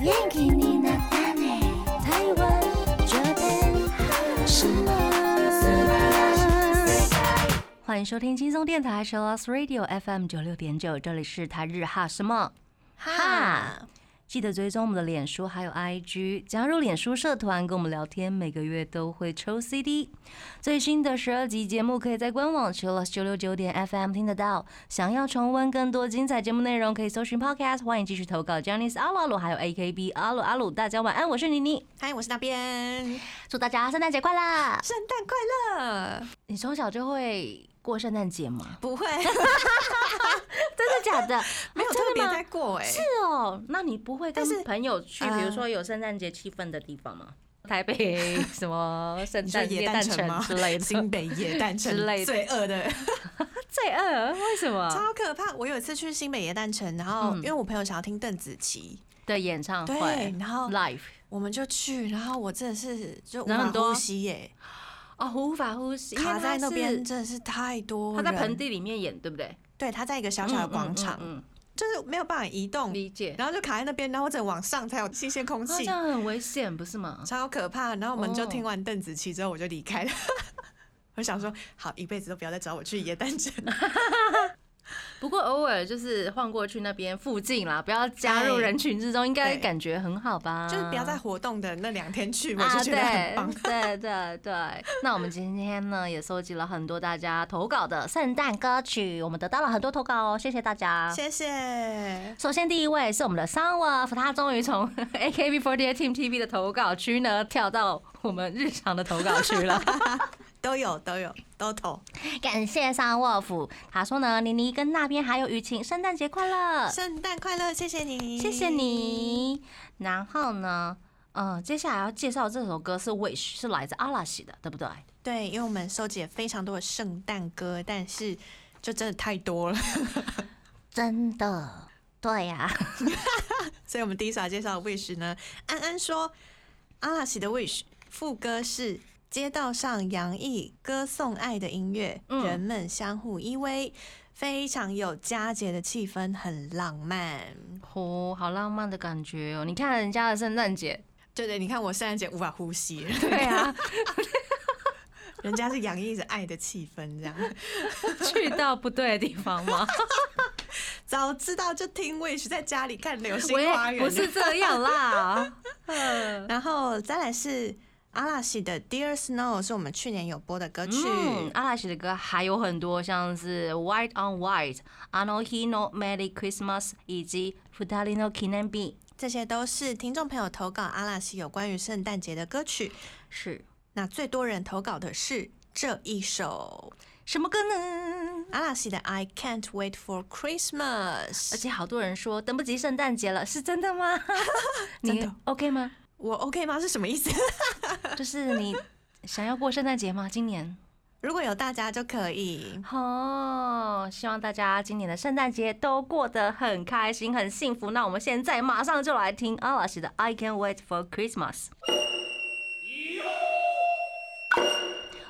元気になったね台湾这边什么？欢迎收听轻松电台 s h o w Us Radio FM 九六点九，这里是台日哈什么哈。记得追踪我们的脸书还有 IG，加入脸书社团跟我们聊天，每个月都会抽 CD。最新的十二集节目可以在官网 c h i l l s 九六九点 FM 听得到。想要重温更多精彩节目内容，可以搜寻 Podcast。欢迎继续投稿 j a n i c e 阿鲁阿鲁还有 AKB 阿鲁阿鲁。大家晚安，我是妮妮，嗨，我是那边，祝大家圣诞节快乐！圣诞快乐！你从小就会过圣诞节吗？不会，真的假 的？没有啊真特的别吗在过哎、是哦，那你不会但是跟朋友去，呃比如说有圣诞节气氛的地方吗？ 台北什么圣你说诞野夜诞诞城城吗之 类的 新？北野诞 城之类的嗯罪恶的，罪恶？为什么？超可怕！我有一次去新北野诞城，然后嗯因为我朋友想要听邓紫棋，的演唱对会，哦然后 live 我们就去，然后我真的是就无人法很多呼吸耶、哦，无法呼吸，因为卡在他那边是真的是太多他人。在盆地里面演，对不对？对，他在一个小小的嗯广场，嗯嗯就是没有办法移动嗯，理解。然后就卡在那边，然后我只能往上才有新鲜空那这气，样很危险，不是吗？超可怕。然后我们就哦听完邓紫棋之后，我就离开了。 我想说，好，一辈子都不要再找我去野诞 城。啊不过偶尔就是晃过去那边附近啦，不要加入对人群之中，应该对感觉很好吧？就是不要在活动的那两天去，我啊，就觉对得很棒。对对对，那我们今天呢也收集了很多大家投稿的圣诞歌曲，我们得到了很多投稿哦，谢谢大家。谢谢，首先第一位是我们的 Sour，他终于从 AKB48 Team TV 的投稿区呢跳到我们日常的投稿区 了。都有都有都投，感谢 Sour，他说呢，妮妮跟那边还有雨晴，圣诞节快乐。圣诞快乐，谢谢你，谢谢。你。然后呢，呃，接下来要介绍这首歌是 Wish，是来自阿拉西的，对不对？对，因为我们收集了非常多的圣诞歌，但是就真的太多了， 真的，对呀、所以我们第一首要介绍的 wish 呢，安安说阿拉西的 wish 副歌是。街道上洋溢歌颂爱的音乐，嗯人们相互依偎，非常有佳节的气氛，很浪漫。哦，好浪漫的感觉哦！你看人家的圣诞节，对对，你看我圣诞节无法呼吸，对啊， 人家是洋溢着爱的气氛，这样去到不对的地方吗？早知道就听 wish 在家里看流星花也园，不是。这样啦。嗯然后再来是阿拉西的 Dear Snow，是我们去年有播的歌曲。嗯，阿拉西的歌还有很多，像是 White on White、あの日の Merry Christmas 以及二人の記念日。这些都是听众朋友投稿阿拉西有关于圣诞节的歌曲。是那最多人投稿的是这一首什么歌呢？阿拉西的 I Can't Wait 而 for Christmas。且好多人说等不及圣诞节了，是真的吗？真你的 OK 吗？我 OK 吗？是什么意思？就是你想要过圣诞节吗？今年？ 如果有大家就可以。哦，希望大家今年的圣诞节都过得很开心、很幸福。那我们现在马上就来听阿拉西的《I Can Wait for Christmas》。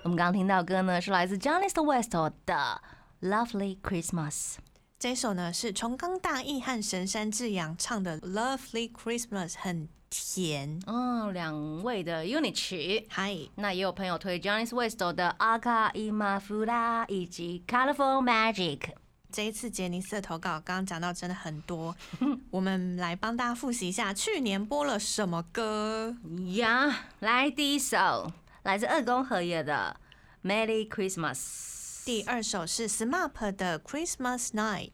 我们刚刚听到的歌呢，是来自 Johnny West 的《Lovely Christmas》。这首呢是重冈大义和神山智洋唱的《Lovely Christmas》，很甜。嗯，两位的 unit 曲。嗨，那也有朋友推 Johnny West 的《阿卡伊玛芙拉》以及《Colorful Magic》。这一次杰尼斯的投稿，刚刚讲到真的很多， 我们来帮大家复习一下去年播了什么歌。呀来第一首，来自二宫和也的《Merry Christmas》。第二首是 SMAP 的《Christmas Night》，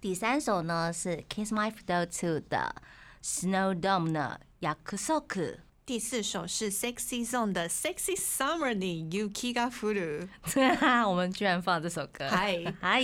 第三首呢是《Kiss My Fiddle Too》的《Snow Dome》的《約束》。第四首是 Sexy Zone 的《Sexy Summer》里 Yuki ga furu。 我们居然放这首歌，嗨，嗨！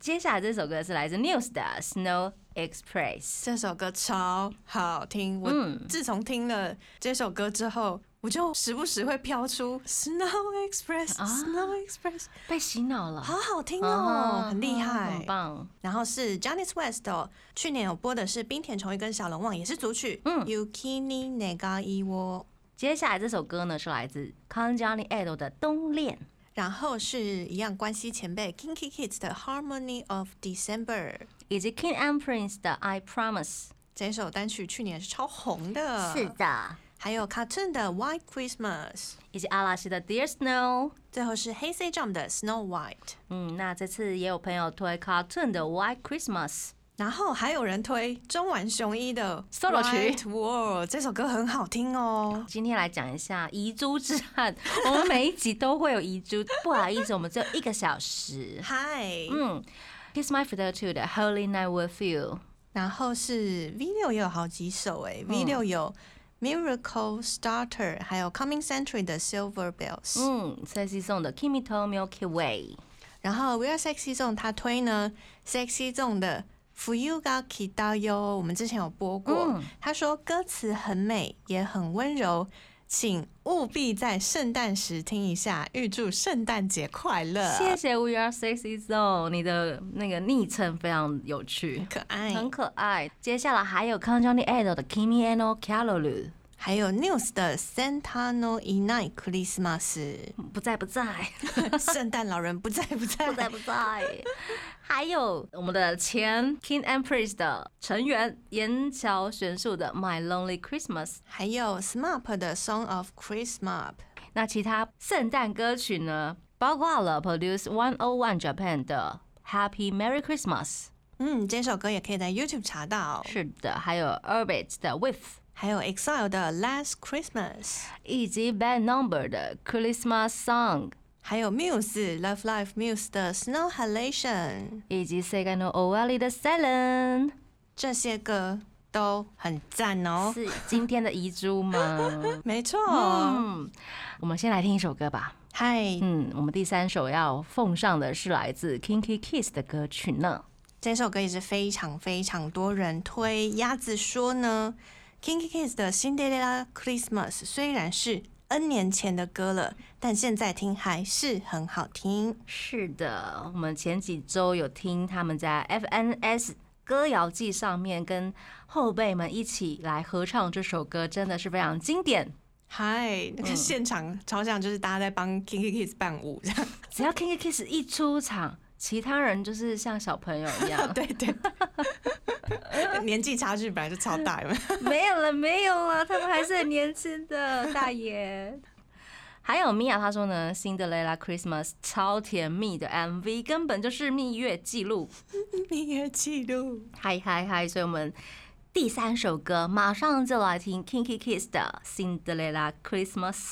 接下来这首歌是来自 News 的《Snow Express》。这首歌超好听，我嗯自从听了这首歌之后，我就时不时会飘出 Snow Express、啊 Snow Express，被洗脑了，好好听啊哦，哈很厉害很。棒。然后是 Johnny West，哦去年有播的是冰田崇一跟小龙王，也是组曲。嗯 Yukini Nega i w 接下来这首歌呢是来自康佳丽 idol 的《冬恋》。然后是一样关系前辈 Kinky Kids 的 Harmony of December。以及 King and Prince 的 I Promise。这首单曲去年是超红的，是。的，还有 Cartoon 的 White Christmas，以及阿拉西的 Dear Snow。最后是 Hazy Jump 的 Snow White，嗯，那这次也有朋友推 Cartoon 的 White Christmas。然后还有人推中丸雄一的 Solo 曲 White World，这首歌很好听哦。今天来讲一下遗珠之憾，我们每一集都会有遗珠，不好意思，我们只有一个小时。嗨，嗯，Kiss My Fiddle Too 的 Holy Night with You，然后是 V 六也有好几首哎、v 嗯六有 Miracle Starter，还有 Coming Century 的 Silver Bells，、嗯，Sexy Song 的 Kimito Milky Way，然后 We Are Sexy Zone 它推呢 Sexy Zone 的 Fuyuga Kidayo，我们之前有播过嗯，他、说歌词很美，也很温柔。请务必在圣诞时听一下，预祝圣诞节快乐！谢谢 We Are Sexy Zone，你的那个昵称非常有趣，可爱。很可爱。接下来还有 Count Johnny Ado 的 Kimi Ano Calolu，还有 News 的 Santa no i n a i Christmas，嗯不在不在。圣诞老人不在不在不在不在。 还有我们的前 King and Prince 的成员岩桥玄树的《My Lonely Christmas》。还有 SMAP 的 Song of Christmas，那其他圣诞歌曲呢，包括了 Produce One O One Japan 的《Happy Merry Christmas 嗯，这首歌也可以在 YouTube 查到》，，是的，还有 Orbit 的《With》，还有 EXILE 的 Last Christmas，以及 Bad Number 的《Christmas Song》，还有 Muse Love Life Muse 的 Snow Halation，以及 Segano Owali 的《Silent 这些歌都很赞》，哦。是今天的遗珠吗？ 没错，嗯，我们先来听一首歌吧。嗨、嗯，我们第三首要奉上的是来自 Kinky Kiss 的歌曲呢。这首歌也是非常非常多人推。鸭子说呢，Kinky Kids 的《Cinderella Christmas》虽然是 N 年前的歌了，但现在听还是很好听。是的，我们前几周有听他们在 FNS 歌谣季上面跟后辈们一起来合唱这首歌，真的是非常经典。嗨，那个现场超像就是大家在帮 Kinky Kids 伴舞这样。 只要 Kinky Kiss 一出场，其他人就是像小朋友一 样，对对， 年纪差距本来就超大，有没有？ 没有了，没有了，他们还是很年轻的大爷。还有米娅她说呢，《Cinderella Christmas》超甜蜜的 MV，根本就是蜜月记录。你也记录。嗨嗨嗨！所以我们第三首歌马上就来听 Kinky Kiss 的《Cinderella Christmas》。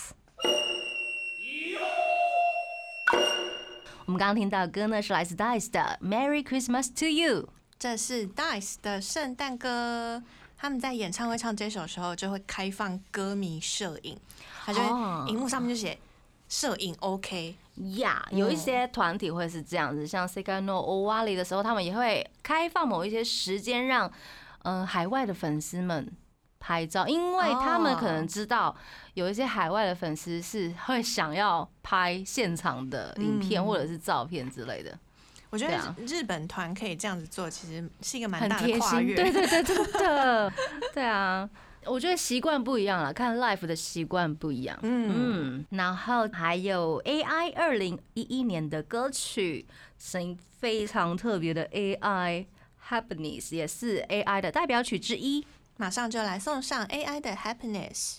我们刚刚听到的歌呢是来自 Dice 的《Merry Christmas to You》。这是 Dice 的圣诞歌。他们在演唱会唱这首的时候，就会开放歌迷摄影，他就哦会荧幕上面就写摄影 OK。呀、有一些团体会是这样子，像 Segano Owali 的时候，他们也会开放某一些时间让嗯、呃海外的粉丝们拍照，因为他们可能哦知道有一些海外的粉丝是会想要拍现场的影片或者是照片之类的，我觉对啊得日本团可以这样子做，其实是一个蛮很大的贴跨心。越。对对对，真 的，对啊。我觉得习惯不一样了，看 life 的习惯不一样。嗯，嗯，然后还有 AI 二零一一年的歌曲，声音非常特别的 AI Happiness 也是 AI 的代表曲之一。马上就来送上 AI 的 Happiness。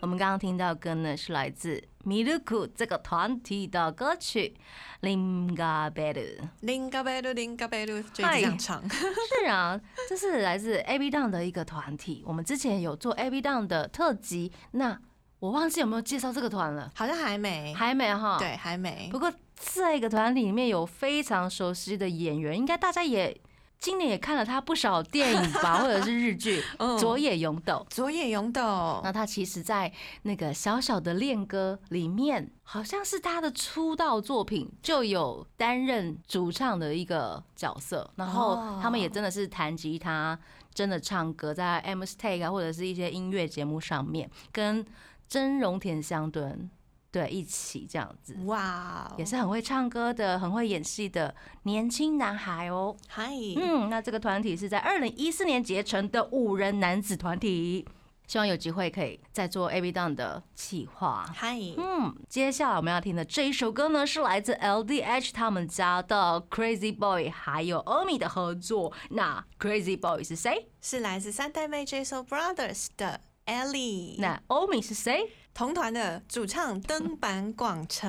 我们刚刚听到的歌呢是来自 Miruku 这个团体的歌曲《Linga b e l 铃嘎贝噜，铃嘎贝噜，就一直这样唱。是啊，这是来自 AB Down 的一个团体，我们之前有做 AB Down 的特辑，那我忘记有没有介绍这个团了，好像还没，还没哈。对，还没不。过这个团里面有非常熟悉的演员，应该大家也今年也看了他不少电影吧，或者是日剧。 嗯佐野勇斗，佐野勇斗那他其实，在那个小小的恋歌里面，好像是他的出道作品就有担任主唱的一个角色，然后哦他们也真的是弹吉他，真的唱歌，在 M Stake 啊或者是一些音乐节目上面，跟真荣田香敦对一起这样子。哇哦，也是很会唱歌的、很会演戏的年轻男孩哦。嗨，嗯，那这个团体是在二零一四年结成的五人男子团体。希望有机会可以再做 A B Down 的企划。嗨，嗯，接下来我们要听的这一首歌呢，是来自 LDH 他们家的 Crazy Boy 还有 Omi 的合作。那 Crazy Boy 是谁？是来自三代妹 JSO Brothers 的 Ellie，那 Omi 是谁？同团的主唱登坂广成。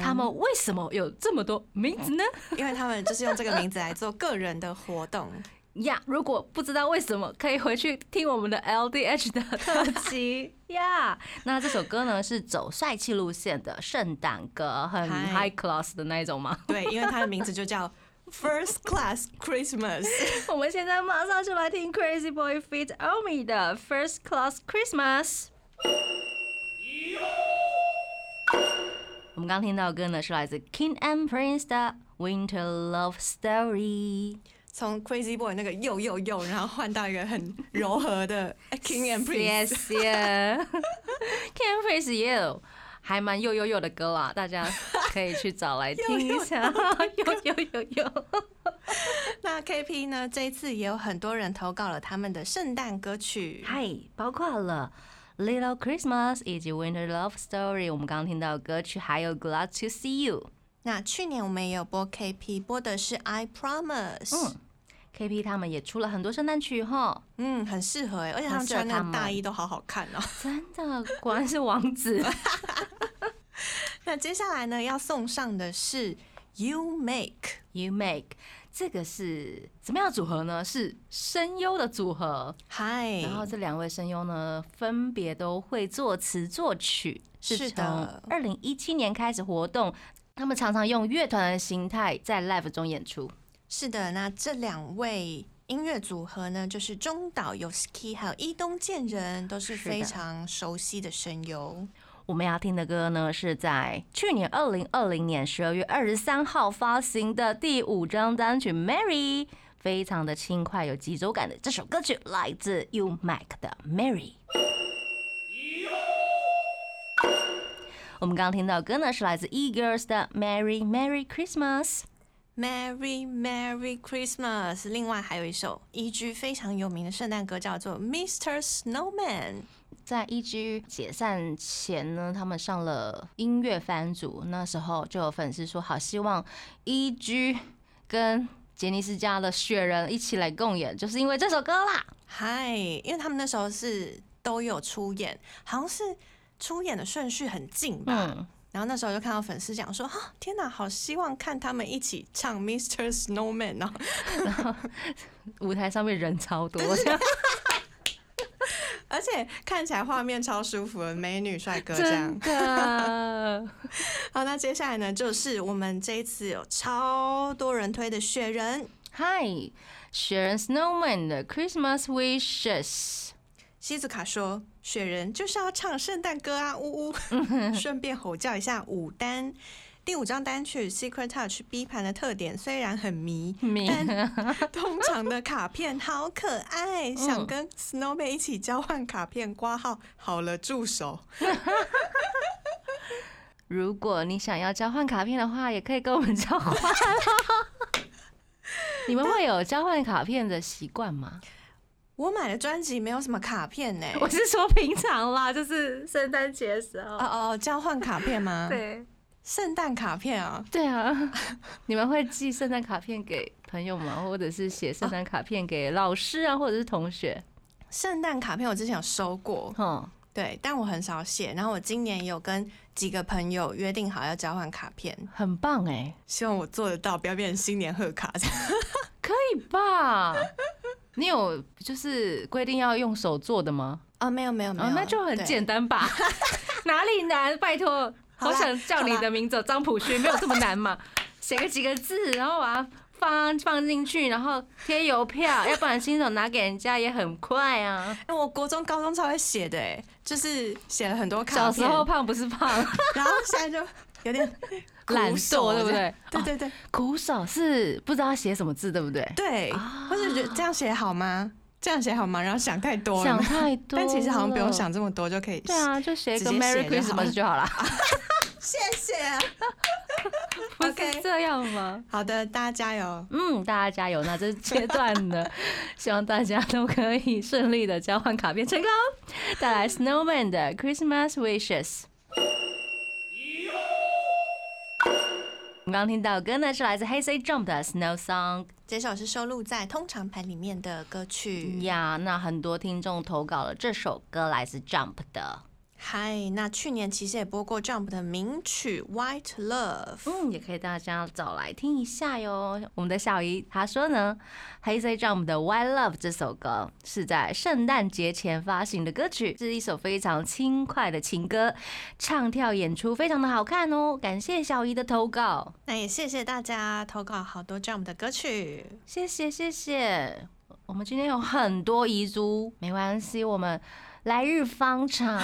他们为什么有这么多名字呢？ 因为他们就是用这个名字来做个人的活动，呀如果不知道为什么，可以回去听我们的 LDH 的特辑呀。那这首歌呢是走帅气路线的圣诞歌，很嗨 high class 的那一种吗？ 对，因为它的名字就叫 First Class Christmas。 我们现在马上就来听 Crazy Boy feat. Omi 的 First Class Christmas。我们刚听到的歌呢，是来自 King and Prince 的 Winter Love Story。从 Crazy Boy 那个又又又，然后换到一个很柔和 的 King and Prince。谢谢 King and Prince 也有还蛮又又又的歌啦，大家可以去找 来听一下。又又 又又。那 KP 呢？这一次也有很多人投稿了他们的圣诞歌曲。嗨，包括了。Little Christmas 以及 Winter Love Story，我们刚刚听到的歌曲，还有 Glad to See You。那去年我们也有播 KP，播的是 I Promise，嗯，KP 他们也出了很多圣诞曲哈，嗯很适合哎，而且他们穿那个大衣都好好看哦。 真的果然是王子。那接下来呢，要送上的是 You Make， You Make 这个是怎么样的组合呢？是声优的组合，嗨，然后这两位声优呢，分别都会作词作曲，是从的二零一七年开始活动。他们常常用乐团的形态在 live 中演出。是的，那这两位音乐组合呢，就是中岛 Yoshiki 还有伊东健人，都是是的非常熟悉的声优。我们要听的歌呢，是在去年二零二零年十二月二十三号发行的第五张单曲《Mary》，非常的轻快有节奏感的这首歌曲，来自 U Mac 的《Mary》。我们刚刚听到的歌呢，是来自 E Girls 的《Merry Merry Christmas》。 Merry Merry Christmas！另外还有一首 E.G 非常有名的圣诞歌，叫做 Mr. Snowman。在 E.G 解散前呢，他们上了音乐番组，那时候就有粉丝说好希望 E.G 跟杰尼斯家的雪人一起来共演，就是因为这首歌啦。嗨，因为他们那时候是都有出演，好像是出演的顺序很近吧。嗯，然后那时候就看到粉丝讲说：“啊，天哪，好希望看他们一起唱 Mr. Snowman 哦。舞台上面人超多，这样而且看起来画面超舒服的美女帅哥这样真。的。好，那接下来呢，就是我们这一次有超多人推的雪人。嗨，雪人 Snowman 的 Christmas Wishes。西子卡说：“雪人就是要唱圣诞歌啊，呜呜，顺便吼叫一下牡丹。”第五张单曲《Secret Touch》B 盘的特点虽然很迷，迷但 通常的卡片好可爱，想跟 Snowman 一起交换卡片挂号。好了，住手。如果你想要交换卡片的话，也可以跟我们交换 哦。你们会有交换卡片的习惯吗？我买的专辑没有什么卡片 呢、 我是说平常 啦，就是圣诞节的时候。哦哦，交换卡片 吗？，对圣诞卡片啊。对啊， 你们会寄圣诞卡片给朋友吗？或者是写圣诞卡片给老师啊，或者是同学？圣诞卡片我之前有收过，哦，对，但我很少写。然后我今年有跟几个朋友约定好要交换卡片，很棒哎，希望我做得到，不要变成新年贺卡。可以吧？ 你有就是规定要用手做的吗？ 哦，没有没有没有，哦，那就很对。简单 吧？哪里难？拜托，好好啦想叫你的名字哦，张普勋，没有这么难 嘛？写个几个字，然后把它放放进去，然后贴邮票，要不然新手拿给人家也很快 啊。哎，我国中、高中超会写的，哎，就是写了很多卡小片，时候胖不是 胖，然后现在就有点 懒苦手惰，对不对？这样对哦，对对苦手是不知道写什么字，对不对？对，啊或者觉得这样写好吗？这样写好吗？然后想太多想了，太多，但其实好像不用。想这么多就可以。对，啊，就写一个直接 Merry 写就好了 Christmas 就好了。谢谢。 不 是这样吗？好的，大家加油！嗯，大家加油！那这是阶段的，希望大家都可以顺利的交换卡片成功。带来 Snowman 的 Christmas Wishes。我们刚刚听到的歌呢，是来自 Hey Say Jump 的 Snow Song。这首是收录在通常盘里面的歌曲。呀，那很多听众投稿了这首歌，来自 Jump 的。嗨，那去年其实也播过 Jump 的名曲《White Love》。嗯，也可以大家找来听一下哟。我们的小姨她说呢，《Hey Say Jump》的《Why Love》这首歌是在圣诞节前发行的歌曲，是一首非常轻快的情歌，唱跳演出非常的好看哦。感谢小姨的投稿，那也谢谢大家投稿好多 Jump 的歌曲。 谢谢谢谢。我们今天有很多遗珠，没关系，我们来日方 长。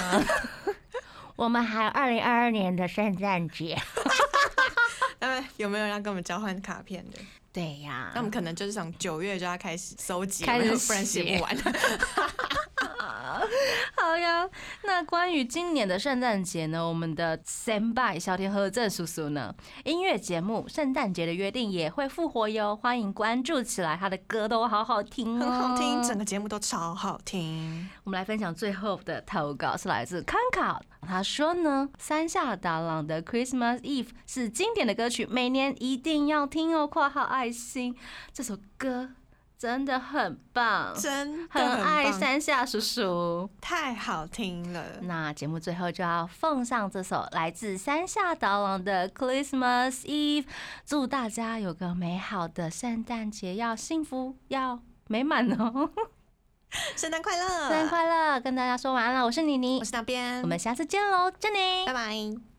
我们还二零二二年的圣诞节。那有没有要跟我们交换卡片的？对呀、那我们可能就是从九月就要开始收集，开始不然写不完。好呀，那关于今年的圣诞节呢，我们的 Sam by 小天和郑叔叔呢，音乐节目《圣诞节的约定》也会复活哟，欢迎关注起来，他的歌都好好听哦，很好听，整个节目都超好听。我们来分享最后的投稿，是来自康卡。他说呢，山下达郎的《Christmas Eve》是经典的歌曲，每年一定要听哦。（括号爱心）这首歌真的很哦棒，真的很爱棒山下叔叔。太好听了。那节目最后就要奉上这首来自山下导郎的《Christmas Eve》，祝大家有个美好的圣诞节，要幸福，要美满哦！ 圣诞快乐，圣诞快乐！跟大家说完了，我是妮妮我，是那边，我们下次见喽，珍妮，拜拜。